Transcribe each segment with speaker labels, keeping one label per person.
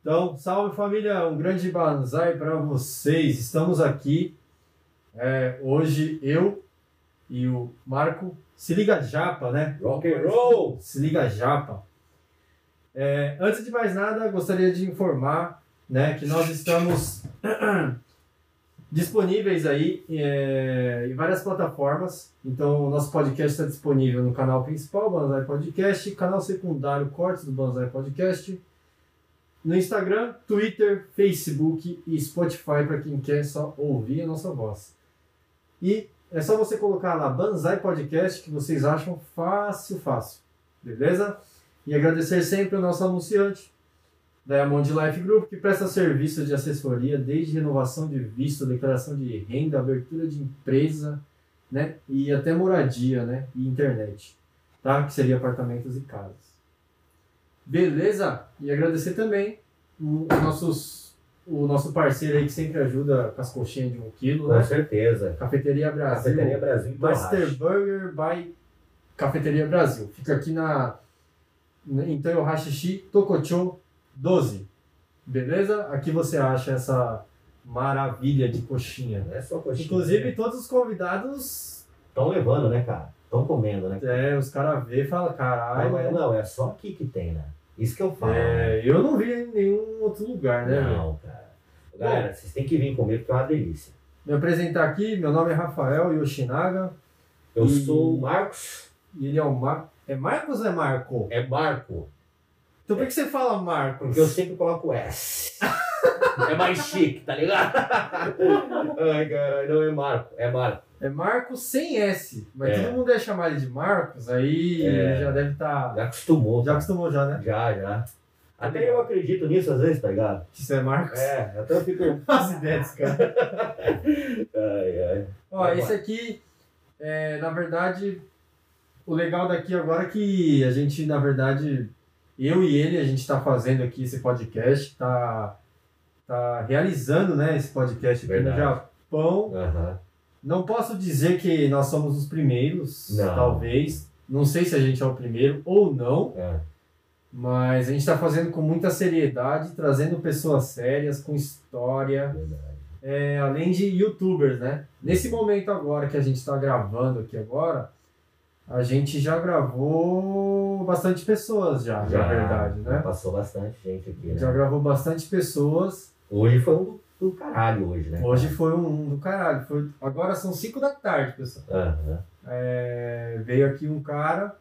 Speaker 1: Então, salve família, um grande banzai para vocês. Estamos aqui é, hoje, eu e o Marco. Se liga japa, né?
Speaker 2: Rock and roll!
Speaker 1: Se liga japa. É, antes de mais nada, gostaria de informar né, que nós estamos disponíveis aí é, em várias plataformas. Então, o nosso podcast está disponível no canal principal, Banzai Podcast, canal secundário, cortes do Banzai Podcast, no Instagram, Twitter, Facebook e Spotify, para quem quer só ouvir a nossa voz. E é só você colocar lá Banzai Podcast, que vocês acham fácil, fácil. Beleza? E agradecer sempre o nosso anunciante, Diamond Life Group, que presta serviço de assessoria desde renovação de visto, declaração de renda, abertura de empresa, né? E até moradia, né? E internet, tá? Que seria apartamentos e casas. Beleza? E agradecer também o- os nossos, o nosso parceiro aí que sempre ajuda com as coxinhas de um quilo,
Speaker 2: Com
Speaker 1: né?
Speaker 2: certeza.
Speaker 1: Cafeteria Brasil.
Speaker 2: Cafeteria Brasil então
Speaker 1: Master
Speaker 2: acho.
Speaker 1: Burger by Cafeteria Brasil. Fica aqui na na- em Toyohashishi Tokocho 12. Beleza? Aqui você acha essa maravilha de coxinha.
Speaker 2: Não é só coxinha.
Speaker 1: Inclusive, todos os convidados,
Speaker 2: Estão levando, né, cara? Estão comendo, né?
Speaker 1: é, os caras vê e falam,
Speaker 2: Não, é,
Speaker 1: caralho.
Speaker 2: não, é só aqui que tem, né? Isso que eu falo. né?
Speaker 1: É, eu não vi em nenhum outro
Speaker 2: é
Speaker 1: lugar, né? velho?
Speaker 2: não, cara. Galera, vocês têm que vir comer porque é uma delícia.
Speaker 1: Me apresentar aqui, meu nome é Rafael Yoshinaga
Speaker 2: Eu
Speaker 1: E-
Speaker 2: sou o Marcos.
Speaker 1: e ele é o Marco. É Marcos ou é Marco?
Speaker 2: É Marco.
Speaker 1: Então por que você fala Marcos?
Speaker 2: Porque eu sempre coloco S. é mais chique, tá ligado? Ai, caralho, não é Marco, é Marco.
Speaker 1: É Marcos sem S, mas
Speaker 2: É.
Speaker 1: todo mundo deve chamar ele de Marcos, aí
Speaker 2: É.
Speaker 1: já deve estar.
Speaker 2: Já acostumou. Tá
Speaker 1: Já acostumou já, né?
Speaker 2: já. já. Até eu acredito nisso às vezes, tá ligado?
Speaker 1: Que isso é Marcos.
Speaker 2: É, até eu fico.
Speaker 1: As ideias, cara.
Speaker 2: Ai, ai.
Speaker 1: Ó, esse aqui, é, na verdade, o legal daqui agora é que a gente, na verdade, eu e ele, a gente tá fazendo aqui esse podcast, tá, tá realizando, né, esse podcast aqui
Speaker 2: Verdade.
Speaker 1: no Japão.
Speaker 2: Aham.
Speaker 1: Não posso dizer que nós somos os primeiros,
Speaker 2: Não.
Speaker 1: talvez. Não sei se a gente é o primeiro ou não.
Speaker 2: É.
Speaker 1: Mas a gente está fazendo com muita seriedade, trazendo pessoas sérias, com história,
Speaker 2: Verdade.
Speaker 1: é, além de youtubers, né? Nesse momento agora que a gente está gravando aqui agora, a gente já gravou bastante pessoas já, na verdade, né?
Speaker 2: Passou bastante gente aqui, né?
Speaker 1: Já gravou bastante pessoas.
Speaker 2: Hoje foi um do, do caralho hoje, né?
Speaker 1: Hoje foi um do caralho. Foi... Agora são 5 da tarde, pessoal.
Speaker 2: Aham.
Speaker 1: É, veio aqui um cara,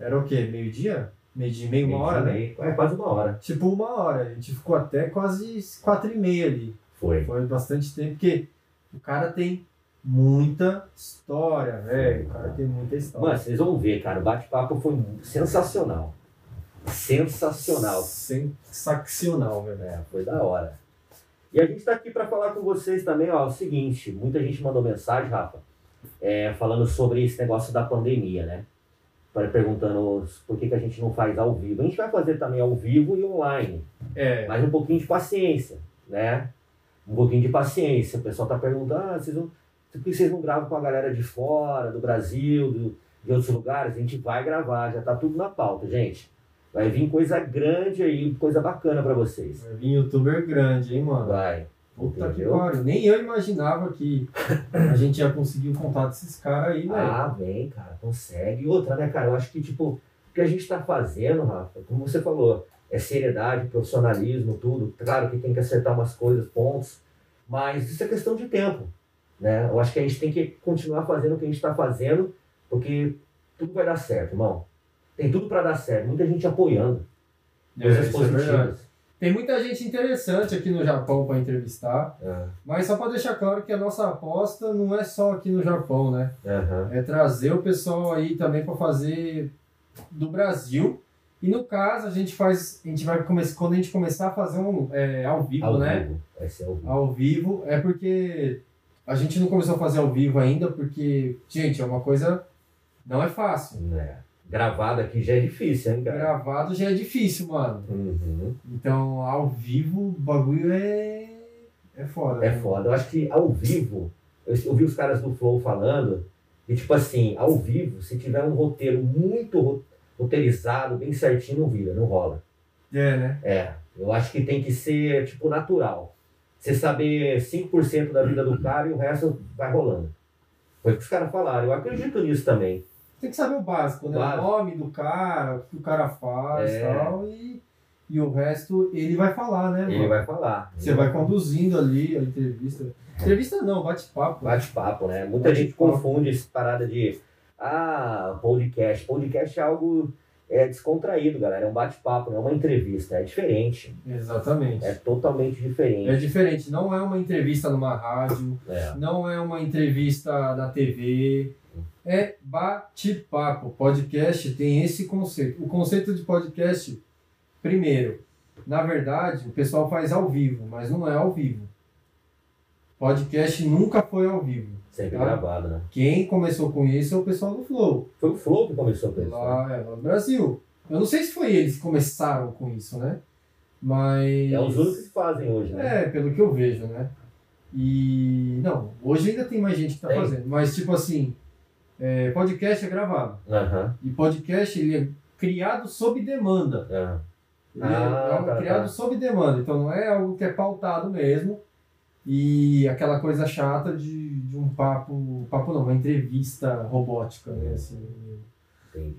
Speaker 1: era o quê? Meio-dia? Meio-dia, meio uma hora, né?
Speaker 2: Meio- É quase uma hora.
Speaker 1: Tipo uma hora. A gente ficou até quase quatro e meia ali.
Speaker 2: Foi.
Speaker 1: Foi bastante tempo, porque o cara tem muita história, velho. O cara tem muita história.
Speaker 2: Mano, vocês vão ver, cara. O bate-papo foi sensacional. Sensacional.
Speaker 1: Sensacional, velho.
Speaker 2: É, foi da hora. E a gente tá aqui pra falar com vocês também, ó, é o seguinte, muita gente mandou mensagem, Rafa, é, falando sobre esse negócio da pandemia, né? Pra- Perguntando por que, que a gente não faz ao vivo. A gente vai fazer também ao vivo e online.
Speaker 1: É,
Speaker 2: Mas um pouquinho de paciência, né? Um pouquinho de paciência. O pessoal tá perguntando, ah, vocês não, por que vocês não gravam com a galera de fora, do Brasil, do- de outros lugares? A gente vai gravar, já tá tudo na pauta, gente. Vai vir coisa grande aí, coisa bacana pra vocês.
Speaker 1: vai vir youtuber grande, hein, mano.
Speaker 2: Vai.
Speaker 1: Puta que
Speaker 2: Entendeu?
Speaker 1: pariu. Nem eu imaginava que a gente ia conseguir o contato desses caras aí, velho.
Speaker 2: Ah, vem, cara, consegue. E outra, né, cara? Eu acho que, tipo, o que a gente tá fazendo, Rafa, como você falou, é seriedade, profissionalismo, tudo. Claro que tem que acertar umas coisas, pontos, mas isso é questão de tempo, né? Eu acho que a gente tem que continuar fazendo o que a gente tá fazendo, porque tudo vai dar certo, irmão. Tem tudo pra dar certo. Muita gente apoiando,
Speaker 1: É,
Speaker 2: coisas
Speaker 1: isso é verdade.
Speaker 2: positivas.
Speaker 1: tem muita gente interessante aqui no Japão pra entrevistar,
Speaker 2: Ah,
Speaker 1: mas só pra deixar claro que a nossa aposta não é só aqui no Japão, né?
Speaker 2: aham.
Speaker 1: é trazer o pessoal aí também para fazer do Brasil. E no caso, a gente faz, a gente vai começar, quando a gente começar a fazer um é, ao vivo,
Speaker 2: Ao
Speaker 1: né?
Speaker 2: vivo. Vai ser ao vivo.
Speaker 1: Ao vivo, é porque a gente não começou a fazer ao vivo ainda, porque, gente, é uma coisa. Não é fácil.
Speaker 2: Né? Gravado aqui já é difícil, hein, cara?
Speaker 1: Gravado já é difícil, mano.
Speaker 2: Uhum.
Speaker 1: Então, ao vivo, o bagulho é. É foda.
Speaker 2: É
Speaker 1: né?
Speaker 2: foda. Eu acho que ao vivo, eu ouvi os caras do Flow falando, e tipo assim, ao vivo, se tiver um roteiro muito ro- roteirizado, bem certinho, não vira, não rola.
Speaker 1: É, né?
Speaker 2: É. Eu acho que tem que ser, tipo, natural. Você saber 5% da vida do cara e o resto vai rolando. Foi o que os caras falaram. Eu acredito nisso também.
Speaker 1: Tem que saber o básico, né?
Speaker 2: Claro.
Speaker 1: O nome do cara, o que o cara faz e
Speaker 2: É.
Speaker 1: tal. E, e o resto ele vai falar, né?
Speaker 2: Ele
Speaker 1: mano?
Speaker 2: vai falar.
Speaker 1: Você vai conduzindo ali a entrevista. Entrevista não, bate-papo.
Speaker 2: Bate-papo, né? Muita
Speaker 1: Bate-papo.
Speaker 2: gente confunde essa parada de ah, podcast. Podcast é algo é, descontraído, galera. É um bate-papo, não é uma entrevista. É diferente.
Speaker 1: Exatamente.
Speaker 2: É
Speaker 1: É.
Speaker 2: totalmente diferente.
Speaker 1: diferente, não é uma entrevista numa rádio,
Speaker 2: É.
Speaker 1: não é uma entrevista na TV, é bate-papo. Podcast tem esse conceito. O conceito de podcast, primeiro, na verdade, o pessoal faz ao vivo, mas não é ao vivo. Podcast nunca foi ao vivo.
Speaker 2: Sempre
Speaker 1: Tá.
Speaker 2: gravado, né?
Speaker 1: Quem começou com isso é o pessoal do Flow.
Speaker 2: Foi o Flow que começou com isso. né?
Speaker 1: lá, é, lá no Brasil. Eu não sei se foi eles que começaram com isso, né? Mas.
Speaker 2: É os únicos que fazem hoje, né?
Speaker 1: É, pelo que eu vejo, né? E. Não, hoje ainda tem mais gente que tá
Speaker 2: Tem.
Speaker 1: fazendo, mas tipo assim, é, podcast é gravado.
Speaker 2: Aham.
Speaker 1: E podcast ele é criado sob demanda.
Speaker 2: aham.
Speaker 1: Ele
Speaker 2: Ah,
Speaker 1: é algo
Speaker 2: tá,
Speaker 1: criado
Speaker 2: tá.
Speaker 1: sob demanda, então não é algo que é pautado mesmo. E aquela coisa chata de, de um papo. Papo não, uma entrevista robótica, né? Assim,
Speaker 2: Entendi.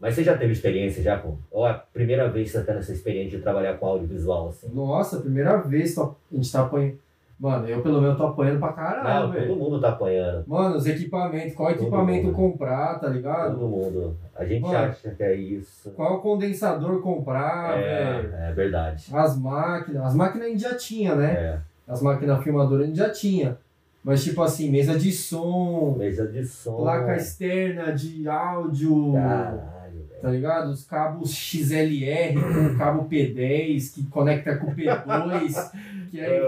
Speaker 2: Mas você já teve experiência já com. Ou é a primeira vez que você tá nessa experiência de trabalhar com audiovisual assim?
Speaker 1: Nossa, primeira vez tô- a gente tá apanhando. Mano, eu pelo menos tô apanhando pra caralho,
Speaker 2: Não, todo
Speaker 1: Ah, velho.
Speaker 2: mundo tá apanhando.
Speaker 1: Mano, os equipamentos, qual
Speaker 2: Todo
Speaker 1: equipamento
Speaker 2: mundo.
Speaker 1: comprar, tá ligado?
Speaker 2: Todo mundo. A gente
Speaker 1: Mano.
Speaker 2: acha que é isso.
Speaker 1: Qual condensador comprar, Ah, velho?
Speaker 2: é, é verdade.
Speaker 1: As máquinas. As máquinas a gente já tinha, né?
Speaker 2: É.
Speaker 1: As máquinas filmadoras a gente já tinha. Mas tipo assim, mesa de som,
Speaker 2: Mesa de som.
Speaker 1: placa um. externa de áudio.
Speaker 2: Caralho, velho.
Speaker 1: Tá ligado? Os cabos XLR com cabo P10 que conecta com o P2, que aí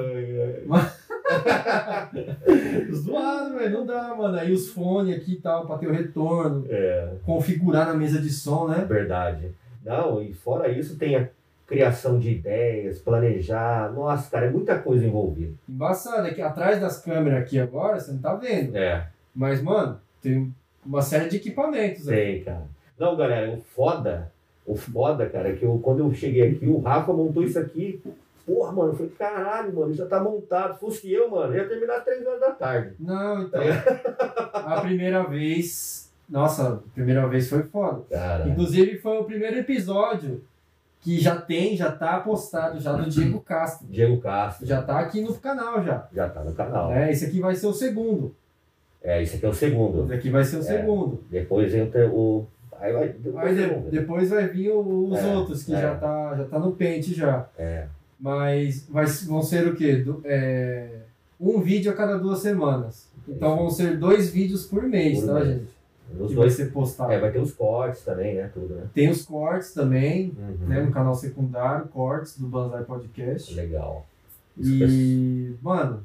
Speaker 1: Zoado, velho, não dá, mano. Aí os fones aqui e tal, pra ter o retorno,
Speaker 2: É,
Speaker 1: configurar na mesa de som, né?
Speaker 2: verdade. Não, e fora isso tem a criação de ideias, planejar. Nossa, cara, é muita coisa envolvida.
Speaker 1: Embaçado, é que atrás das câmeras aqui agora, você não tá vendo.
Speaker 2: É,
Speaker 1: Mas, mano, tem uma série de equipamentos aí.
Speaker 2: sei, cara. Não, galera, o foda, o foda, cara, é que eu, quando eu cheguei aqui, o Rafa montou isso aqui. Porra, mano, eu falei, caralho, mano, já tá montado. Se Fosse eu, mano, ia terminar às três horas da tarde.
Speaker 1: Não, então. a primeira vez. Nossa, a primeira vez foi foda.
Speaker 2: Cara,
Speaker 1: Inclusive, foi o primeiro episódio que já tem, já tá postado, já do Diego Castro.
Speaker 2: Diego Castro já,
Speaker 1: Já tá aqui no canal já.
Speaker 2: tá no canal.
Speaker 1: É, esse aqui vai ser o segundo.
Speaker 2: É, esse aqui é o segundo.
Speaker 1: Esse aqui vai ser o segundo.
Speaker 2: Depois entra o. Aí vai.
Speaker 1: Aí
Speaker 2: Depois é
Speaker 1: de-
Speaker 2: vamos ver.
Speaker 1: é, depois vai vir o- os
Speaker 2: É,
Speaker 1: outros, que
Speaker 2: é.
Speaker 1: já, tá, já tá no pente já.
Speaker 2: É.
Speaker 1: Mas vai, vão ser o quê? Du- é, um vídeo a cada duas semanas. Então vão ser dois vídeos por mês,
Speaker 2: Por
Speaker 1: tá,
Speaker 2: mês.
Speaker 1: gente?
Speaker 2: Os
Speaker 1: que
Speaker 2: dois.
Speaker 1: vai ser postado.
Speaker 2: É, vai ter os cortes também, né? Tudo, né?
Speaker 1: Tem os cortes também, né?
Speaker 2: Uhum.
Speaker 1: No canal secundário, cortes do Banzai Podcast.
Speaker 2: Legal.
Speaker 1: E, mano,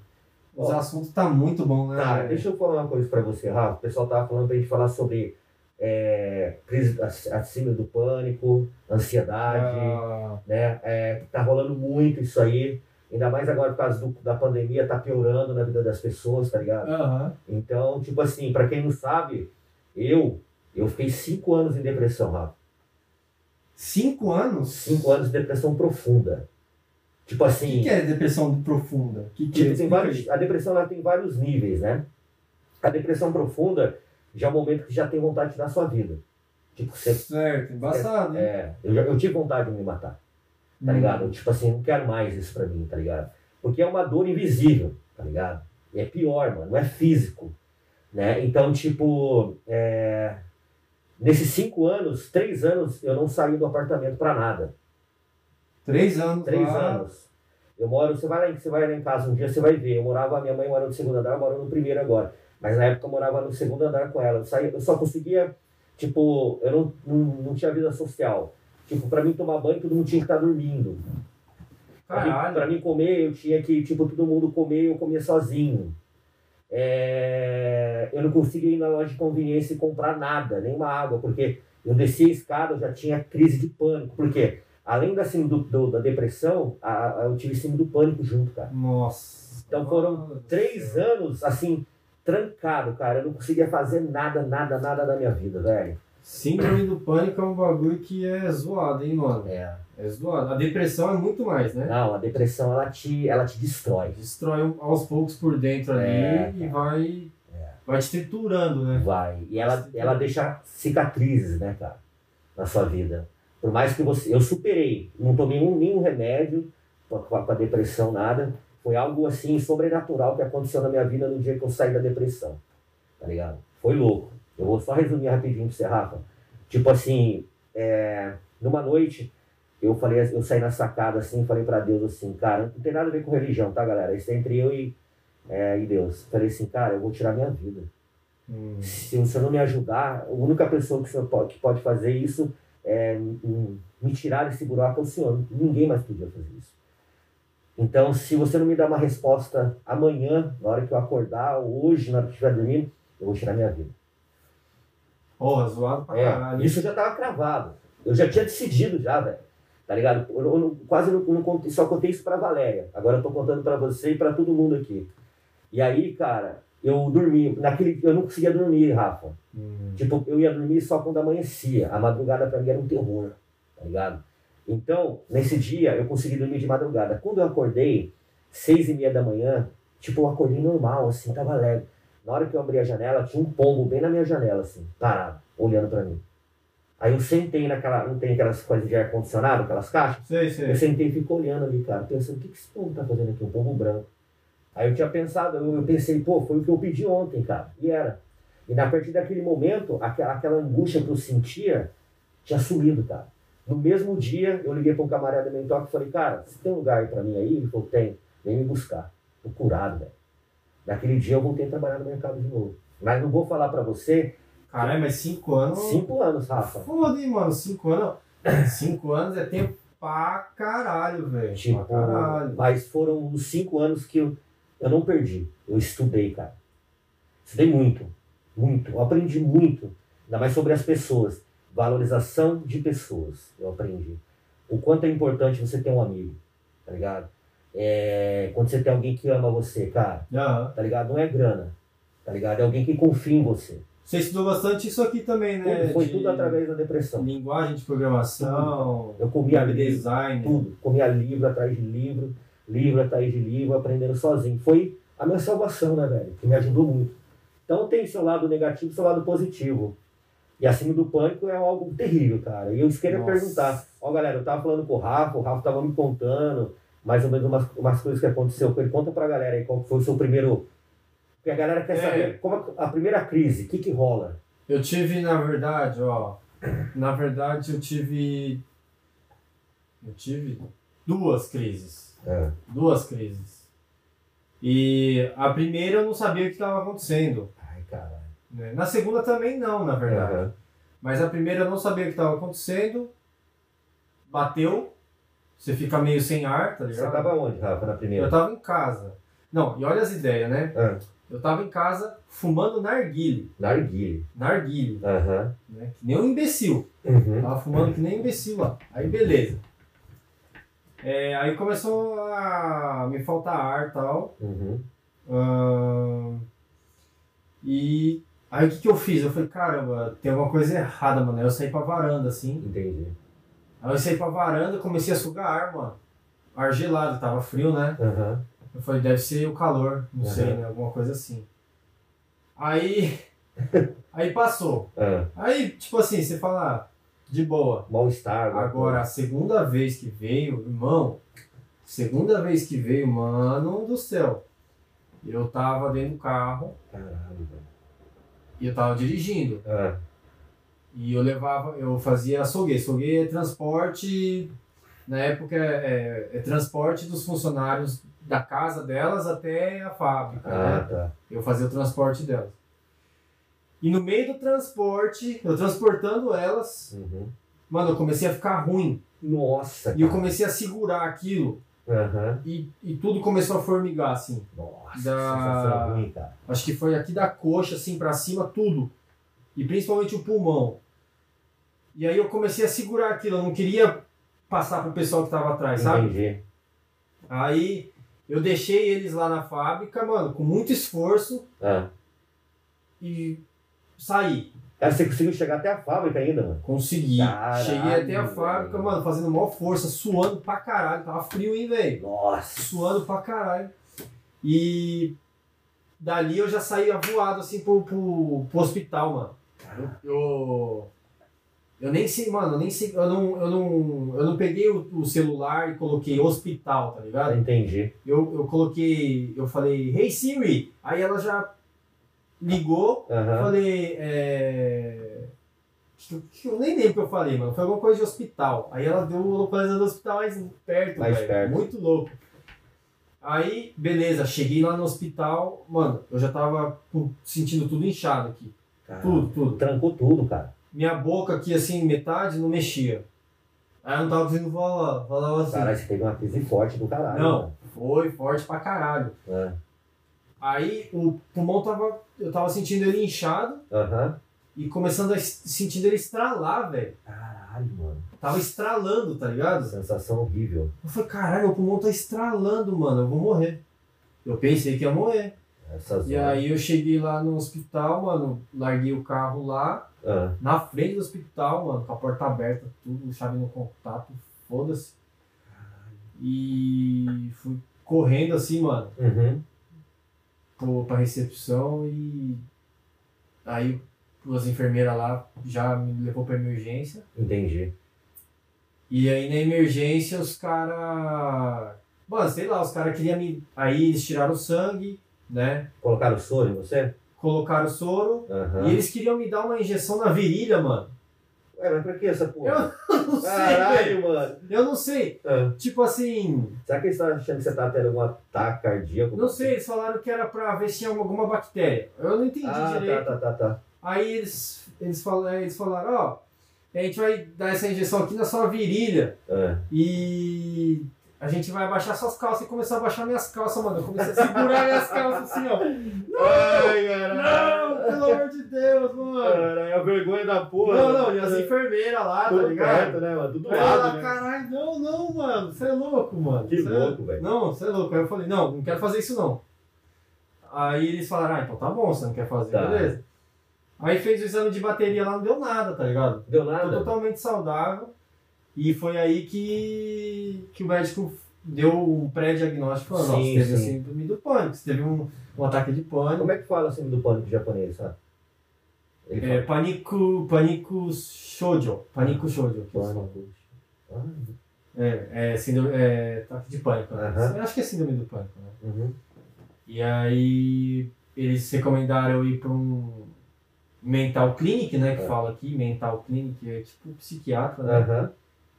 Speaker 1: os
Speaker 2: Ó.
Speaker 1: assuntos tá muito bom, né?
Speaker 2: Tá,
Speaker 1: velho?
Speaker 2: deixa eu falar uma coisa pra você, Rafa. O pessoal tava falando pra gente falar sobre é, crise ac- acima do pânico, ansiedade,
Speaker 1: Ah,
Speaker 2: né? É, tá rolando muito isso aí. Ainda mais agora por causa do- da pandemia, tá piorando na vida das pessoas, tá ligado?
Speaker 1: Ah, aham.
Speaker 2: Então, tipo assim, pra quem não sabe, eu eu fiquei cinco anos em depressão, Rafa.
Speaker 1: Cinco anos?
Speaker 2: Cinco anos de depressão profunda. Tipo
Speaker 1: O
Speaker 2: assim.
Speaker 1: que, que é depressão profunda? O Que que
Speaker 2: Tipo,
Speaker 1: explica
Speaker 2: tem
Speaker 1: aí.
Speaker 2: vários, a depressão ela tem vários níveis, né? A depressão profunda já é o momento que já tem vontade de dar sua vida. Tipo, você,
Speaker 1: Certo, embaçado, hein?
Speaker 2: é, eu, já- eu tive vontade de me matar, tá
Speaker 1: Hum.
Speaker 2: ligado? Tipo assim, não quero mais isso pra mim, tá ligado? Porque é uma dor invisível, tá ligado? E é pior, mano, não é físico, né? Então, tipo, é, nesses cinco anos, três anos, eu não saí do apartamento pra nada.
Speaker 1: Três anos.
Speaker 2: Três
Speaker 1: lá.
Speaker 2: anos. Eu moro, você vai, lá, em- você vai lá em casa um dia, você vai ver. Eu morava, minha mãe morava no segundo andar, eu moro no primeiro agora. Mas na época eu morava no segundo andar com ela. Eu, saía, eu só conseguia, tipo, eu não, não, não tinha vida social. Tipo, pra mim tomar banho, todo mundo tinha que estar dormindo. Pra mim, pra
Speaker 1: Caralho.
Speaker 2: mim comer, eu tinha que, tipo, todo mundo comer, eu comia sozinho. É, Eu não conseguia ir na loja de conveniência e comprar nada, nenhuma água, porque eu descia a escada, eu já tinha crise de pânico. Porque além da, síndrome do, do- da depressão, a- a- eu tive síndrome do pânico junto, cara.
Speaker 1: Nossa.
Speaker 2: Então foram
Speaker 1: Mano do
Speaker 2: Três
Speaker 1: céu.
Speaker 2: anos, assim, trancado, cara. Eu não conseguia fazer nada, nada, nada da minha vida, velho.
Speaker 1: Síndrome do pânico é um bagulho que é zoado, hein, mano?
Speaker 2: É.
Speaker 1: É zoado. A depressão é muito mais, né?
Speaker 2: Não, a depressão ela te, ela te destrói.
Speaker 1: Destrói um, aos poucos por dentro ali
Speaker 2: É,
Speaker 1: e
Speaker 2: cara.
Speaker 1: vai,
Speaker 2: É.
Speaker 1: vai te triturando, né?
Speaker 2: Vai. E ela, ela deixa cicatrizes, né, cara? Na sua vida. Por mais que você. Eu superei. Não tomei um, nenhum remédio com a- com a com a depressão, nada. Foi algo assim sobrenatural que aconteceu na minha vida no dia que eu saí da depressão. Tá ligado? Foi louco. Eu vou só resumir rapidinho pra você, Rafa. Tipo assim, é, numa noite, eu falei, eu saí na sacada assim, falei pra Deus assim, cara, não tem nada a ver com religião, tá, galera? Isso é entre eu e, é, e Deus. Falei assim, cara, eu vou tirar minha vida
Speaker 1: Hum,
Speaker 2: se o senhor não me ajudar, a única pessoa que, o senhor pode, que pode fazer isso é hum, me tirar desse buraco é o senhor. Ninguém mais podia fazer isso. Então, se você não me dar uma resposta amanhã, na hora que eu acordar, ou hoje, na hora que eu estiver dormindo, eu vou tirar minha vida.
Speaker 1: Porra, zoado pra caralho.
Speaker 2: É, isso já tava cravado. Eu já tinha decidido já, velho. Tá ligado? Eu, não- eu não- quase não, não contei, só contei isso pra Valéria. Agora eu tô contando pra você e pra todo mundo aqui. E aí, cara, eu dormi. Naquele, eu não conseguia dormir, Rafa.
Speaker 1: Hum,
Speaker 2: Tipo, eu ia dormir só quando amanhecia. A madrugada pra mim era um terror, tá ligado? Então, nesse dia, eu consegui dormir de madrugada. Quando eu acordei, seis e meia da manhã, tipo, eu acordei normal, assim, tava leve. Na hora que eu abri a janela, tinha um pombo bem na minha janela, assim, parado, olhando pra mim. Aí eu sentei naquela, não tem aquelas coisas de ar-condicionado, aquelas caixas?
Speaker 1: sei,
Speaker 2: Eu
Speaker 1: sei.
Speaker 2: sentei e fico olhando ali, cara, pensando, o que que esse povo tá fazendo aqui, um povo branco? Aí eu tinha pensado, eu, eu pensei, pô, foi o que eu pedi ontem, cara, e era. E na partir daquele momento, aquela, aquela angústia que eu sentia tinha sumido, cara. No mesmo dia, eu liguei pra um camarada meu em toque e falei, cara, você tem um lugar aí pra mim aí? Ele falou, tem, vem me buscar. Tô curado, velho. Naquele dia eu voltei a trabalhar no mercado de novo. Mas não vou falar pra você,
Speaker 1: Caralho, mas cinco anos.
Speaker 2: cinco anos, Rafa.
Speaker 1: Foda, hein, mano? Cinco anos. Cinco anos é tempo pra caralho, velho.
Speaker 2: Tipo,
Speaker 1: Pra caralho.
Speaker 2: mas foram os cinco anos que eu, eu não perdi. Eu estudei, cara. Estudei muito, muito. Eu aprendi muito, ainda mais sobre as pessoas. Valorização de pessoas, eu aprendi. O quanto é importante você ter um amigo, tá ligado? É, quando você tem alguém que ama você, cara,
Speaker 1: Aham.
Speaker 2: tá ligado? Não é grana, tá ligado? É alguém que confia em você.
Speaker 1: Você estudou bastante isso aqui também, né?
Speaker 2: Tudo- foi
Speaker 1: De
Speaker 2: tudo através da depressão.
Speaker 1: Linguagem de programação,
Speaker 2: Eu comia
Speaker 1: web
Speaker 2: livro,
Speaker 1: design.
Speaker 2: tudo. Comia livro atrás de livro, livro atrás de livro, aprendendo sozinho. Foi a minha salvação, né, velho? Que me ajudou muito. Então tem seu lado negativo e seu lado positivo. E acima do pânico é algo terrível, cara. E eu queria
Speaker 1: Nossa.
Speaker 2: perguntar. Ó, galera, eu tava falando com o Rafa, o Rafa tava me contando mais ou menos umas, umas coisas que aconteceu com ele. Conta pra galera aí qual foi o seu primeiro. Porque a galera quer
Speaker 1: É.
Speaker 2: saber como a- a primeira crise, o que que rola?
Speaker 1: Eu tive, na verdade, ó. Na verdade, eu tive. Eu tive duas crises.
Speaker 2: É.
Speaker 1: Duas crises. E a primeira eu não sabia o que estava acontecendo.
Speaker 2: Ai, caralho.
Speaker 1: né? Na segunda também não, na verdade.
Speaker 2: Aham.
Speaker 1: Mas a primeira eu não sabia o que estava acontecendo. Bateu. Você fica meio sem ar, tá
Speaker 2: Você
Speaker 1: ligado?
Speaker 2: tava onde, Rafa, na
Speaker 1: Eu
Speaker 2: primeira?
Speaker 1: tava em casa. Não, e olha as ideias, né?
Speaker 2: Ah,
Speaker 1: Eu tava em casa fumando narguile.
Speaker 2: na Arguile.
Speaker 1: Narguile,
Speaker 2: Aham.
Speaker 1: né? Que nem um imbecil.
Speaker 2: Uhum.
Speaker 1: Tava fumando que nem imbecil lá. Aí beleza. É, aí começou a me faltar ar e tal.
Speaker 2: Uhum.
Speaker 1: Ahn, E aí o que, que eu fiz? Eu falei, caramba, tem alguma coisa errada, mano. Aí eu saí pra varanda, assim.
Speaker 2: Entendi.
Speaker 1: Aí eu saí pra varanda comecei a sugar ar, mano. Ar gelado, tava frio, né?
Speaker 2: Aham.
Speaker 1: Eu falei, deve ser o calor, não
Speaker 2: Uhum.
Speaker 1: sei, né? Alguma coisa assim. Aí. aí passou.
Speaker 2: Ah,
Speaker 1: Aí, tipo assim, você fala, ah, de boa.
Speaker 2: Mal-estar. né?
Speaker 1: Agora, a segunda vez que veio, irmão, segunda vez que veio, mano do céu. Eu tava dentro do carro
Speaker 2: Caralho, velho.
Speaker 1: e eu tava dirigindo.
Speaker 2: Ah,
Speaker 1: E eu levava, eu fazia açougue. Açougue é transporte, na época, é, é transporte dos funcionários da casa delas até a fábrica. né?
Speaker 2: ah, tá.
Speaker 1: Eu fazia o transporte delas. E no meio do transporte, eu transportando elas,
Speaker 2: Uhum.
Speaker 1: mano, eu comecei a ficar ruim.
Speaker 2: Nossa,
Speaker 1: E eu
Speaker 2: cara.
Speaker 1: comecei a segurar aquilo.
Speaker 2: Aham.
Speaker 1: e, e tudo começou a formigar, assim.
Speaker 2: Nossa,
Speaker 1: Da-
Speaker 2: sensação ruim, cara.
Speaker 1: Acho que foi aqui da coxa, assim, pra cima, tudo. E principalmente o pulmão. E aí eu comecei a segurar aquilo, eu não queria passar pro pessoal que tava atrás, sabe?
Speaker 2: Entendi.
Speaker 1: Aí eu deixei eles lá na fábrica, mano, com muito esforço
Speaker 2: Ah,
Speaker 1: e saí.
Speaker 2: Cara, você conseguiu chegar até a fábrica ainda, mano.
Speaker 1: Consegui.
Speaker 2: Caralho,
Speaker 1: Cheguei até a fábrica,
Speaker 2: velho.
Speaker 1: mano, fazendo maior força, suando pra caralho. Tava frio, hein, velho?
Speaker 2: Nossa.
Speaker 1: Suando pra caralho. E dali eu já saía voado, assim, pro, pro, pro hospital, mano. Eu, eu, eu nem sei, mano, eu nem sei. Eu não, eu não, eu não peguei o, o celular e coloquei hospital, tá ligado?
Speaker 2: Ah, Entendi.
Speaker 1: Eu, eu coloquei, eu falei, hey Siri! Aí ela já ligou. Eu
Speaker 2: Aham.
Speaker 1: falei, é... que- que Eu nem lembro o que eu falei, mano. Foi alguma coisa de hospital. Aí ela deu o localizador do hospital mais perto,
Speaker 2: Mais
Speaker 1: velho.
Speaker 2: perto.
Speaker 1: Muito louco. Aí, beleza, cheguei lá no hospital. Mano, eu já tava pô, sentindo tudo inchado aqui.
Speaker 2: Cara,
Speaker 1: Tudo, tudo.
Speaker 2: Trancou tudo, cara.
Speaker 1: Minha boca aqui, assim, metade, não mexia. Aí eu não tava conseguindo falar, falava assim.
Speaker 2: Caralho, você teve uma crise forte do caralho. É.
Speaker 1: Não, foi forte pra caralho.
Speaker 2: mano.
Speaker 1: Aí o pulmão tava. Eu tava sentindo ele inchado
Speaker 2: É. Aham.
Speaker 1: e começando a es- sentindo ele estralar, velho.
Speaker 2: Caralho, mano.
Speaker 1: Tava estralando, tá
Speaker 2: Que
Speaker 1: ligado?
Speaker 2: Sensação horrível.
Speaker 1: Eu falei, caralho, meu pulmão tá estralando, mano, eu vou morrer. Eu pensei que ia morrer.
Speaker 2: Essas
Speaker 1: E aí eu cheguei lá no hospital, mano, larguei o carro lá,
Speaker 2: Ah,
Speaker 1: na frente do hospital, mano, com a porta aberta, tudo, chave no contato, foda-se. E fui correndo assim, mano,
Speaker 2: uhum.
Speaker 1: pro, pra recepção e. Aí as enfermeiras lá já me levou pra emergência.
Speaker 2: Entendi.
Speaker 1: E aí na emergência os caras. Mano, sei lá, os caras queriam me. Aí eles tiraram o sangue, né?
Speaker 2: Colocaram soro em você?
Speaker 1: Colocaram o soro.
Speaker 2: Aham.
Speaker 1: E eles queriam me dar uma injeção na virilha, mano.
Speaker 2: Ué, mas pra que essa porra?
Speaker 1: Eu não sei, velho.
Speaker 2: Caralho, mano.
Speaker 1: Eu não sei.
Speaker 2: Ah,
Speaker 1: Tipo assim.
Speaker 2: será que eles estão achando que você tá tendo algum ataque cardíaco?
Speaker 1: Não sei, eles falaram que era pra ver se tinha alguma bactéria. Eu não entendi
Speaker 2: Ah,
Speaker 1: direito.
Speaker 2: tá, tá, tá, tá.
Speaker 1: Aí eles, eles, falaram, eles falaram, ó, a gente vai dar essa injeção aqui na sua virilha.
Speaker 2: Ah.
Speaker 1: E a gente vai abaixar suas calças e começou a abaixar minhas calças, mano. Eu comecei a segurar minhas calças assim, ó.
Speaker 2: Ai,
Speaker 1: Não, pelo amor de Deus, mano.
Speaker 2: Caralho, a vergonha da porra.
Speaker 1: Não, não, e as enfermeiras lá, tá
Speaker 2: Tudo
Speaker 1: ligado?
Speaker 2: perto, né, mano? Tudo
Speaker 1: Aí
Speaker 2: lado,
Speaker 1: ela,
Speaker 2: né?
Speaker 1: caralho, não, não, mano, você é louco, mano.
Speaker 2: Que
Speaker 1: Cê é-
Speaker 2: louco, velho.
Speaker 1: Não, você é louco. Aí eu falei, não, não quero fazer isso não. Aí eles falaram, ah, então tá bom, você não quer fazer,
Speaker 2: Tá.
Speaker 1: beleza. Aí fez o exame de bateria lá, não deu nada, tá ligado?
Speaker 2: Deu
Speaker 1: Tô
Speaker 2: nada?
Speaker 1: totalmente saudável. E foi aí que, que o médico deu um pré-diagnóstico falando, ó,
Speaker 2: Sim,
Speaker 1: você teve
Speaker 2: sim.
Speaker 1: síndrome do pânico, você teve um, um ataque de pânico.
Speaker 2: Como é que fala assim do pânico japonês, sabe? Ele
Speaker 1: É, pânico, pânico shoujo,
Speaker 2: Ah,
Speaker 1: pânico shoujo. que eles
Speaker 2: fala
Speaker 1: falam.
Speaker 2: pânico. Ah,
Speaker 1: É, é, síndrome, é, ataque de pânico, né?
Speaker 2: Aham.
Speaker 1: Eu acho que é síndrome do pânico, né?
Speaker 2: uhum.
Speaker 1: E aí eles recomendaram eu ir para um mental clinic, né, que
Speaker 2: É.
Speaker 1: fala aqui, mental clinic, é tipo um psiquiatra, né?
Speaker 2: Aham.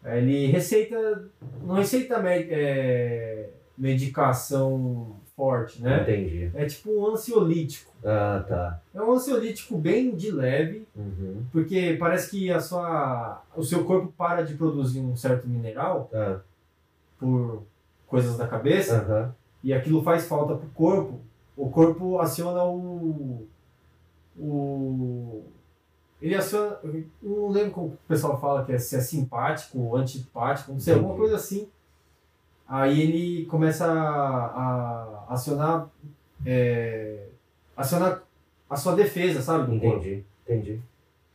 Speaker 1: Ele receita. Não receita me- é, medicação forte, né?
Speaker 2: Entendi.
Speaker 1: É tipo um ansiolítico.
Speaker 2: Ah, tá.
Speaker 1: É um ansiolítico bem de leve,
Speaker 2: Uhum.
Speaker 1: porque parece que a sua, o seu corpo para de produzir um certo mineral
Speaker 2: Ah,
Speaker 1: por coisas da cabeça
Speaker 2: Aham.
Speaker 1: e aquilo faz falta pro corpo. O corpo aciona o. o ele aciona. eu Não lembro como o pessoal fala que é, se é simpático, antipático, não sei, alguma
Speaker 2: Entendi.
Speaker 1: coisa assim. Aí ele começa a, a acionar. é, acionar a sua defesa, sabe? Do corpo.
Speaker 2: Entendi. Entendi.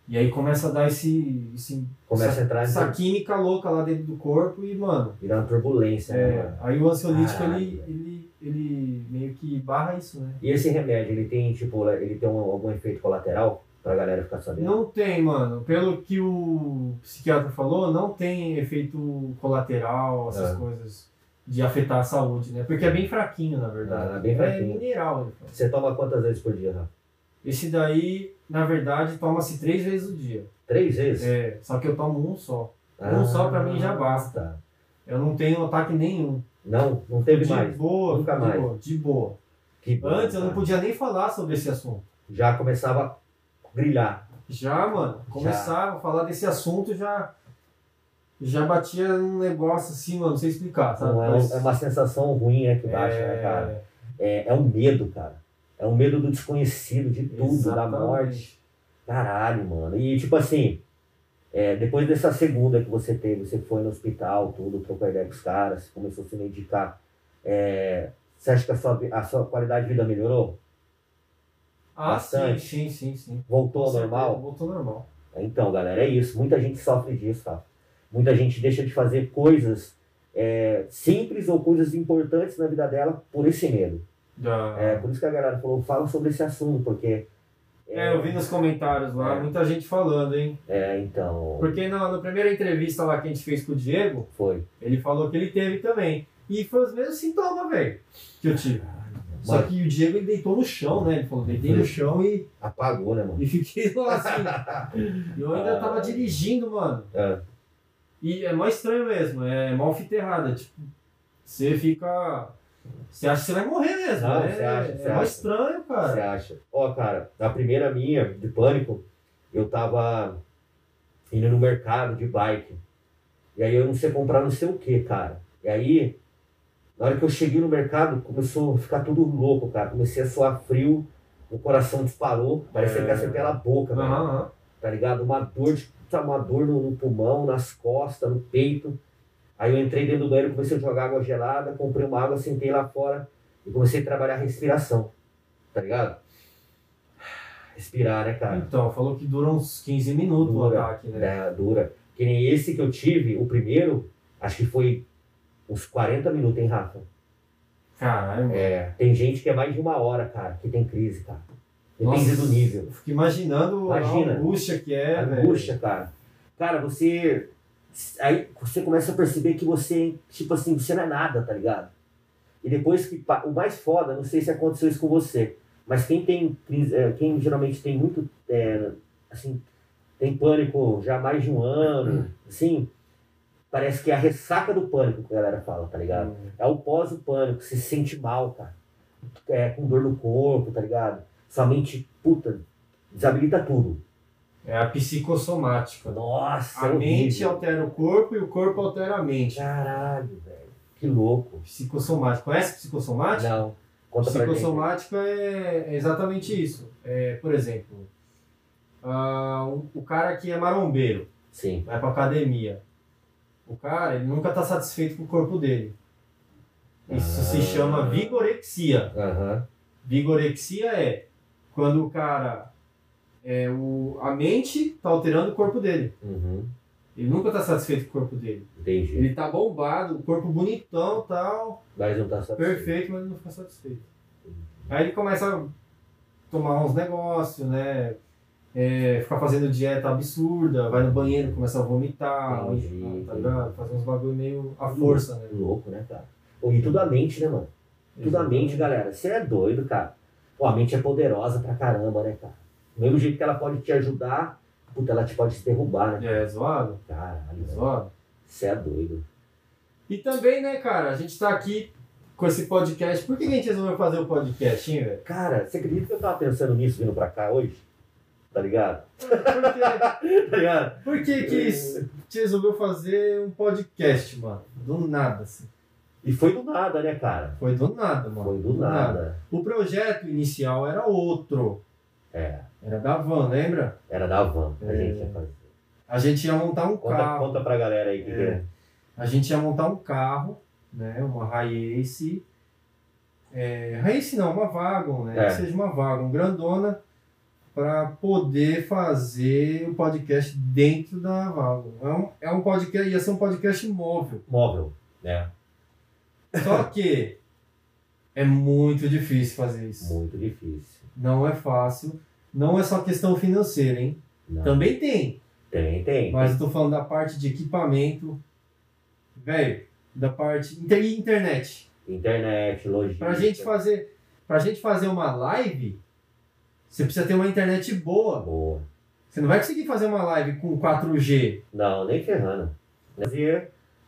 Speaker 1: E aí começa a dar esse, esse-
Speaker 2: Começa a entrar
Speaker 1: essa
Speaker 2: e
Speaker 1: química louca lá dentro do corpo e, mano.
Speaker 2: virar uma turbulência, né,
Speaker 1: É,
Speaker 2: mano? Ah, é.
Speaker 1: aí o ansiolítico
Speaker 2: Caralho,
Speaker 1: ele,
Speaker 2: velho.
Speaker 1: ele, ele meio que barra isso, né?
Speaker 2: E esse remédio, ele tem, tipo, ele tem um- algum efeito colateral pra galera ficar sabendo?
Speaker 1: Não tem, mano. Pelo que o psiquiatra falou, não tem efeito colateral, essas
Speaker 2: É.
Speaker 1: coisas de afetar a saúde, né? Porque é bem fraquinho, na verdade.
Speaker 2: Ah, bem fraquinho.
Speaker 1: É mineral, ele fala.
Speaker 2: Você toma quantas vezes por dia, Rafa?
Speaker 1: Esse daí, na verdade, toma-se três vezes o dia.
Speaker 2: Três vezes?
Speaker 1: É, só que eu tomo um só. um só pra mim já basta.
Speaker 2: tá.
Speaker 1: Eu não tenho ataque nenhum.
Speaker 2: Não, não teve
Speaker 1: de
Speaker 2: mais.
Speaker 1: boa,
Speaker 2: Nunca
Speaker 1: de
Speaker 2: mais.
Speaker 1: boa, de boa.
Speaker 2: Que bom,
Speaker 1: Antes eu não
Speaker 2: cara.
Speaker 1: podia nem falar sobre esse assunto.
Speaker 2: Já começava a brilhar.
Speaker 1: Já, mano, começar a falar desse assunto já já batia um negócio assim, mano, não sei explicar, sabe?
Speaker 2: Não, é,
Speaker 1: Mas-
Speaker 2: é uma sensação ruim, né, que baixa, né, cara? É, é um medo, cara. É um medo do desconhecido, de tudo, da
Speaker 1: Exatamente.
Speaker 2: morte. Caralho, mano. E tipo assim, é, depois dessa segunda que você teve, você foi no hospital, tudo, trocou ideia com os caras, começou a se medicar. É, você acha que a sua, vi- a sua qualidade de vida melhorou?
Speaker 1: Ah,
Speaker 2: Bastante.
Speaker 1: sim, sim, sim, sim.
Speaker 2: Voltou ao
Speaker 1: Com
Speaker 2: normal?
Speaker 1: certeza, Voltou ao normal.
Speaker 2: Então, galera, é isso. Muita gente sofre disso, tá? Muita gente deixa de fazer coisas é, simples ou coisas importantes na vida dela por esse medo.
Speaker 1: Da...
Speaker 2: É, por isso que a galera falou, fala sobre esse assunto, porque.
Speaker 1: É, eu vi nos comentários lá,
Speaker 2: É.
Speaker 1: muita gente falando, hein?
Speaker 2: É, então.
Speaker 1: Porque na, na primeira entrevista lá que a gente fez com o Diego,
Speaker 2: Foi.
Speaker 1: ele falou que ele teve também. E foi os mesmos sintomas, velho, que eu tive. Só que o Diego ele deitou no chão, né? Ele falou, deitei no chão e,
Speaker 2: Apagou, né, mano?
Speaker 1: e fiquei lá assim. E eu ainda tava dirigindo, mano.
Speaker 2: Ah. É.
Speaker 1: E é mó estranho mesmo, é mó fita errada. Tipo, você fica. Você acha que você vai morrer mesmo.
Speaker 2: Não,
Speaker 1: né?
Speaker 2: você acha, você
Speaker 1: é mó
Speaker 2: acha.
Speaker 1: estranho,
Speaker 2: Você
Speaker 1: cara.
Speaker 2: acha? Ó, cara, na primeira minha, de pânico, eu tava indo no mercado de bike. E aí eu não sei comprar não sei o que, cara. E aí, na hora que eu cheguei no mercado, começou a ficar tudo louco, cara. Comecei a suar frio, o coração disparou, parecia
Speaker 1: É.
Speaker 2: que ia ser pela boca,
Speaker 1: Aham,
Speaker 2: velho.
Speaker 1: aham.
Speaker 2: tá ligado? Uma dor, de, tá uma dor no, no pulmão, nas costas, no peito. Aí eu entrei dentro do banheiro, comecei a jogar água gelada, comprei uma água, sentei lá fora e comecei a trabalhar a respiração, tá ligado? Respirar, né, cara?
Speaker 1: Então, falou que dura uns 15 minutos o
Speaker 2: Dura.
Speaker 1: ataque, né?
Speaker 2: Da dura. Que nem esse que eu tive, o primeiro, acho que foi uns 40 minutos, hein, Rafa?
Speaker 1: Caralho, mano.
Speaker 2: É. Tem gente que é mais de uma hora, cara, que tem crise, cara. Depende
Speaker 1: Nossa.
Speaker 2: do nível.
Speaker 1: Eu fico imaginando
Speaker 2: Imagina.
Speaker 1: a angústia que é, velho.
Speaker 2: angústia, cara. Cara, você. Aí você começa a perceber que você, tipo assim, você não é nada, tá ligado? E depois que. pa- O mais foda, não sei se aconteceu isso com você, mas quem tem. crise- eh, Quem geralmente tem muito. eh, assim. Tem pânico já há mais de um ano, assim. Parece que é a ressaca do pânico que a galera fala, tá ligado? É o pós o pânico, você se sente mal, cara. É, com dor no corpo, tá ligado? Sua mente, puta, desabilita tudo.
Speaker 1: É a psicossomática.
Speaker 2: Nossa,
Speaker 1: A
Speaker 2: é
Speaker 1: mente
Speaker 2: horrível.
Speaker 1: altera o corpo e o corpo altera a mente.
Speaker 2: Caralho, velho. Que louco.
Speaker 1: Psicossomática. Conhece psicossomática?
Speaker 2: Não. Conta pra gente.
Speaker 1: Psicossomática é é exatamente isso. É, por exemplo, ah, o- o cara que é marombeiro.
Speaker 2: Sim.
Speaker 1: vai pra academia. O cara, ele nunca tá satisfeito com o corpo dele. Isso
Speaker 2: Ah.
Speaker 1: se chama vigorexia.
Speaker 2: Aham.
Speaker 1: Vigorexia é quando o cara. É, o, a mente tá alterando o corpo dele.
Speaker 2: Uhum.
Speaker 1: Ele nunca tá satisfeito com o corpo dele.
Speaker 2: Entendi.
Speaker 1: Ele tá bombado, o corpo bonitão tal,
Speaker 2: Mas não tá satisfeito.
Speaker 1: perfeito, mas ele não fica satisfeito. Aí ele começa a tomar uns negócios, né? É, ficar fazendo dieta absurda, vai no banheiro, começa a vomitar,
Speaker 2: Entendi,
Speaker 1: tá
Speaker 2: entendi.
Speaker 1: ligado? Fazer uns bagulho meio à força, né?
Speaker 2: Que Louco, né, cara? Pô, E tudo a mente, né, mano? Tudo a mente, galera. Você é doido, cara. Pô, a mente é poderosa pra caramba, né, cara? Do mesmo jeito que ela pode te ajudar, puta, ela te pode te derrubar, né?
Speaker 1: É, zoado,
Speaker 2: Caralho,
Speaker 1: é
Speaker 2: velho.
Speaker 1: zoado.
Speaker 2: Você é doido.
Speaker 1: E também, né, cara, a gente tá aqui com esse podcast. Por que que a gente resolveu fazer o podcast, hein, velho?
Speaker 2: Cara, você acredita que eu tava pensando nisso vindo pra cá hoje? Tá ligado?
Speaker 1: Por
Speaker 2: Tá ligado?
Speaker 1: que, por que que isso- a gente resolveu fazer um podcast, mano? Do nada, assim.
Speaker 2: E foi do nada, né, cara?
Speaker 1: Foi do nada, mano.
Speaker 2: Foi do nada.
Speaker 1: O projeto inicial era outro.
Speaker 2: É,
Speaker 1: Era da van, lembra?
Speaker 2: era da van que a
Speaker 1: É.
Speaker 2: gente ia fazer.
Speaker 1: A gente ia montar um
Speaker 2: Conta,
Speaker 1: carro.
Speaker 2: conta pra galera aí que
Speaker 1: É. A gente ia montar um carro, né? Uma Race. É, Race não, uma Wagon, né?
Speaker 2: É.
Speaker 1: Que seja uma Wagon grandona para poder fazer o podcast dentro da Wagon. É um, é um podcast, ia ser um podcast móvel.
Speaker 2: móvel, né?
Speaker 1: Só que é muito difícil fazer isso.
Speaker 2: Muito difícil.
Speaker 1: Não é fácil. Não é só questão financeira, hein?
Speaker 2: Não.
Speaker 1: Também tem.
Speaker 2: Tem, tem.
Speaker 1: Então, Mas eu tô falando da parte de equipamento, velho, da parte inter e internet.
Speaker 2: Internet, logística.
Speaker 1: Pra gente fazer, pra gente fazer uma live, você precisa ter uma internet boa.
Speaker 2: Tá Boa.
Speaker 1: Você não vai conseguir fazer uma live com 4G.
Speaker 2: Não, nem ferrando. Mas e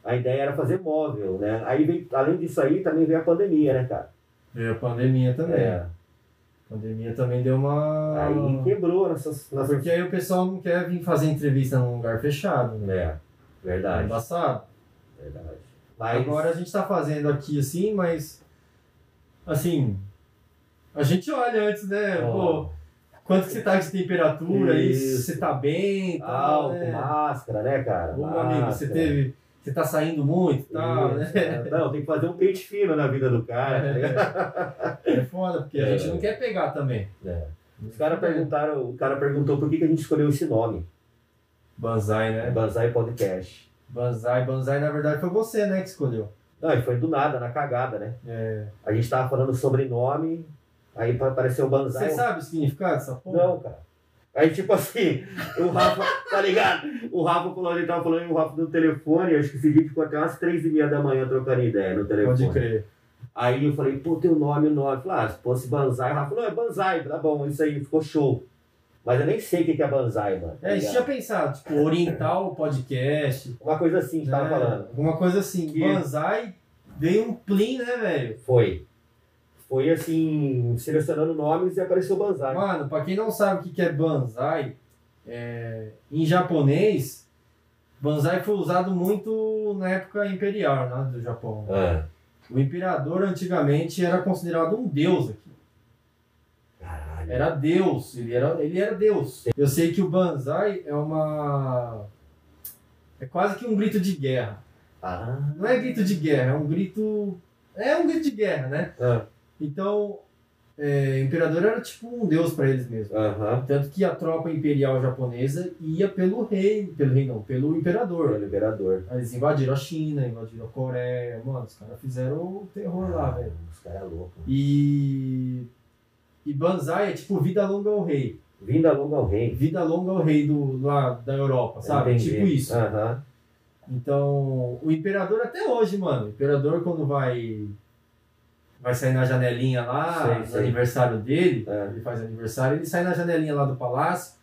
Speaker 2: a ideia era fazer móvel, né? Aí veio, além disso aí, também veio a pandemia, né, cara?
Speaker 1: Veio a pandemia também.
Speaker 2: É.
Speaker 1: A pandemia também deu uma
Speaker 2: Aí quebrou nessas. nessas...
Speaker 1: Porque aí o pessoal não quer vir fazer entrevista num lugar fechado, né?
Speaker 2: É,
Speaker 1: É
Speaker 2: verdade.
Speaker 1: embaçado.
Speaker 2: Verdade. Mas
Speaker 1: Agora a gente tá fazendo aqui assim, mas assim, a gente olha antes, né? Pô,
Speaker 2: ó,
Speaker 1: Quanto que você tá de temperatura aí? Se
Speaker 2: Isso.
Speaker 1: você tá bem e tal,
Speaker 2: álcool,
Speaker 1: né?
Speaker 2: máscara, né, cara?
Speaker 1: Ô, meu amigo, você
Speaker 2: Máscara.
Speaker 1: teve. Você tá saindo muito e tal, né?
Speaker 2: Isso, né? Não, tem que fazer um pente fino na vida do cara. né?
Speaker 1: É foda, porque a
Speaker 2: É.
Speaker 1: gente não quer pegar também.
Speaker 2: É. Os caras perguntaram, o cara perguntou por que, que a gente escolheu esse nome.
Speaker 1: Banzai,
Speaker 2: É
Speaker 1: né?
Speaker 2: Banzai Podcast.
Speaker 1: Banzai, Banzai, na verdade foi você, né, que escolheu.
Speaker 2: Não, e foi do nada, na cagada, né?
Speaker 1: É.
Speaker 2: A gente tava falando sobrenome, aí pa- apareceu Banzai. é um-
Speaker 1: Você sabe o significado dessa porra?
Speaker 2: Não, cara. Aí, tipo assim, o Rafa, tá ligado? O Rafa falou, ele tava falando, e o Rafa no telefone, acho que esse dia ficou até umas três e meia da manhã trocando ideia no telefone.
Speaker 1: Pode crer.
Speaker 2: Aí eu falei, pô, teu nome, o nome. Eu Falei, ah, se fosse Banzai, o Rafa falou, é Banzai, tá bom, isso aí, ficou show. Mas eu nem sei o que que é Banzai, mano. tá
Speaker 1: É, a gente
Speaker 2: ligado?
Speaker 1: tinha pensado, tipo, oriental podcast.
Speaker 2: Uma coisa assim, a gente tava
Speaker 1: né?
Speaker 2: falando.
Speaker 1: Alguma coisa assim.
Speaker 2: Que-
Speaker 1: Banzai veio um plim, né, velho?
Speaker 2: Foi. Foi assim, selecionando nomes e apareceu Banzai.
Speaker 1: Mano, pra quem não sabe o que que é banzai, é, em japonês, banzai foi usado muito na época imperial né, do Japão.
Speaker 2: Ah,
Speaker 1: O imperador antigamente era considerado um deus aqui.
Speaker 2: caralho.
Speaker 1: Era deus, ele era, ele era deus. Eu sei que o banzai é uma. É quase que um grito de guerra.
Speaker 2: Ah,
Speaker 1: Não é grito de guerra, é um grito. É um grito de guerra, né?
Speaker 2: ah,
Speaker 1: Então, é, o imperador era tipo um deus pra eles mesmo.
Speaker 2: aham.
Speaker 1: Tanto que a tropa imperial japonesa ia pelo rei, pelo rei não, pelo
Speaker 2: Foi o
Speaker 1: imperador.
Speaker 2: liberador.
Speaker 1: Eles invadiram a China, invadiram a Coreia, mano, os caras fizeram o terror lá, velho.
Speaker 2: Os caras é louco.
Speaker 1: E. E Banzai é tipo vida longa ao rei.
Speaker 2: Vinda longa ao rei.
Speaker 1: Vida longa ao rei do, lá da Europa, sabe?
Speaker 2: Entendi.
Speaker 1: Tipo isso.
Speaker 2: Aham.
Speaker 1: Então, o imperador até hoje, mano, o imperador quando vai. Vai sair na janelinha lá,
Speaker 2: Sei,
Speaker 1: no
Speaker 2: sei.
Speaker 1: aniversário dele,
Speaker 2: É.
Speaker 1: ele faz aniversário, ele sai na janelinha lá do palácio,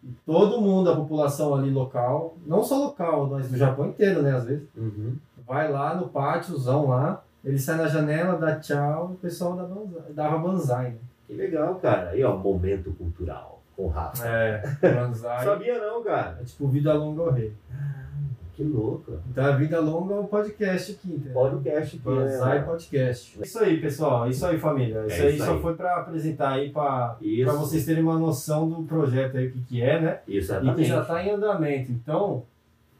Speaker 1: e todo mundo, a população ali local, não só local, mas do Japão inteiro, né, às vezes,
Speaker 2: Uhum.
Speaker 1: vai lá no pátiozão lá, ele sai na janela, dá tchau, o pessoal dá banzai, dava banzai, né?
Speaker 2: Que legal, cara. Aí, ó, momento cultural com o Rafa.
Speaker 1: É, banzai.
Speaker 2: Sabia não, cara.
Speaker 1: é tipo vida longa ao rei.
Speaker 2: Que louco.
Speaker 1: Então a vida longa é um podcast aqui, entendeu?
Speaker 2: Podcast que
Speaker 1: Banzai
Speaker 2: né?
Speaker 1: Podcast. Isso aí, pessoal. Isso aí, família. Isso
Speaker 2: É
Speaker 1: aí
Speaker 2: isso
Speaker 1: só
Speaker 2: aí.
Speaker 1: foi pra apresentar aí pra, pra
Speaker 2: Isso.
Speaker 1: vocês terem uma noção do projeto aí, o que, que é, né? E
Speaker 2: Exatamente.
Speaker 1: que já tá em andamento. Então,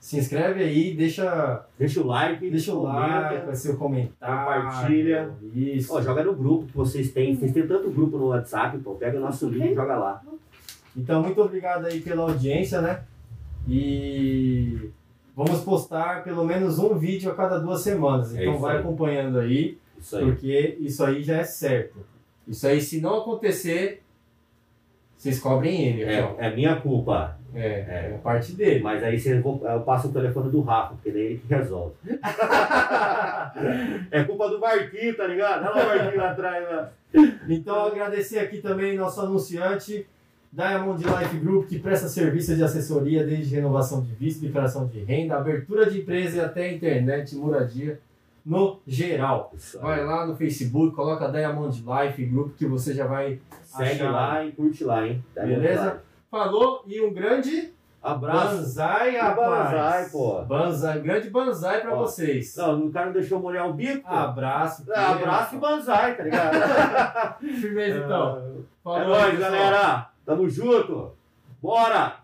Speaker 1: se inscreve aí, deixa,
Speaker 2: Deixa o like.
Speaker 1: deixa o like,
Speaker 2: comenta.
Speaker 1: vai seu comentário.
Speaker 2: Compartilha.
Speaker 1: Isso.
Speaker 2: Ó, joga no grupo que vocês têm. Vocês têm tanto grupo no WhatsApp, pô. Pega o nosso link e joga lá.
Speaker 1: Então, muito obrigado aí pela audiência, né? E vamos postar pelo menos um vídeo a cada duas semanas.
Speaker 2: É
Speaker 1: Então,
Speaker 2: isso
Speaker 1: vai
Speaker 2: aí.
Speaker 1: acompanhando aí.
Speaker 2: Isso aí.
Speaker 1: Porque isso aí já é certo. Isso aí, se não acontecer, vocês cobrem ele. ó.
Speaker 2: É, é minha culpa.
Speaker 1: É, é a parte dele.
Speaker 2: Mas aí você, eu passo o telefone do Rafa, porque daí ele que resolve. é culpa do Marquinhos, tá ligado? Olha lá o Marquinhos lá atrás. né? Lá.
Speaker 1: Então, agradecer aqui também nosso anunciante, Diamond Life Group, que presta serviços de assessoria desde renovação de visto, declaração de renda, abertura de empresa e até internet, moradia no geral.
Speaker 2: Isso aí.
Speaker 1: Vai lá no Facebook, coloca Diamond Life Group, que você já vai.
Speaker 2: Segue
Speaker 1: Achar.
Speaker 2: lá e curte lá, hein? Dá
Speaker 1: Beleza?
Speaker 2: vontade.
Speaker 1: Falou e um grande.
Speaker 2: Abraço.
Speaker 1: Banzai,
Speaker 2: Que
Speaker 1: rapaz.
Speaker 2: banzai, pô.
Speaker 1: Banzai, grande banzai pra
Speaker 2: Ó,
Speaker 1: vocês.
Speaker 2: Não, o cara não deixou molhar o bico. pô.
Speaker 1: Abraço.
Speaker 2: Ah, Abraço e banzai, tá ligado?
Speaker 1: Firmeza, então.
Speaker 2: é
Speaker 1: Falou,
Speaker 2: nóis,
Speaker 1: pessoal.
Speaker 2: galera. Tamo junto. Bora!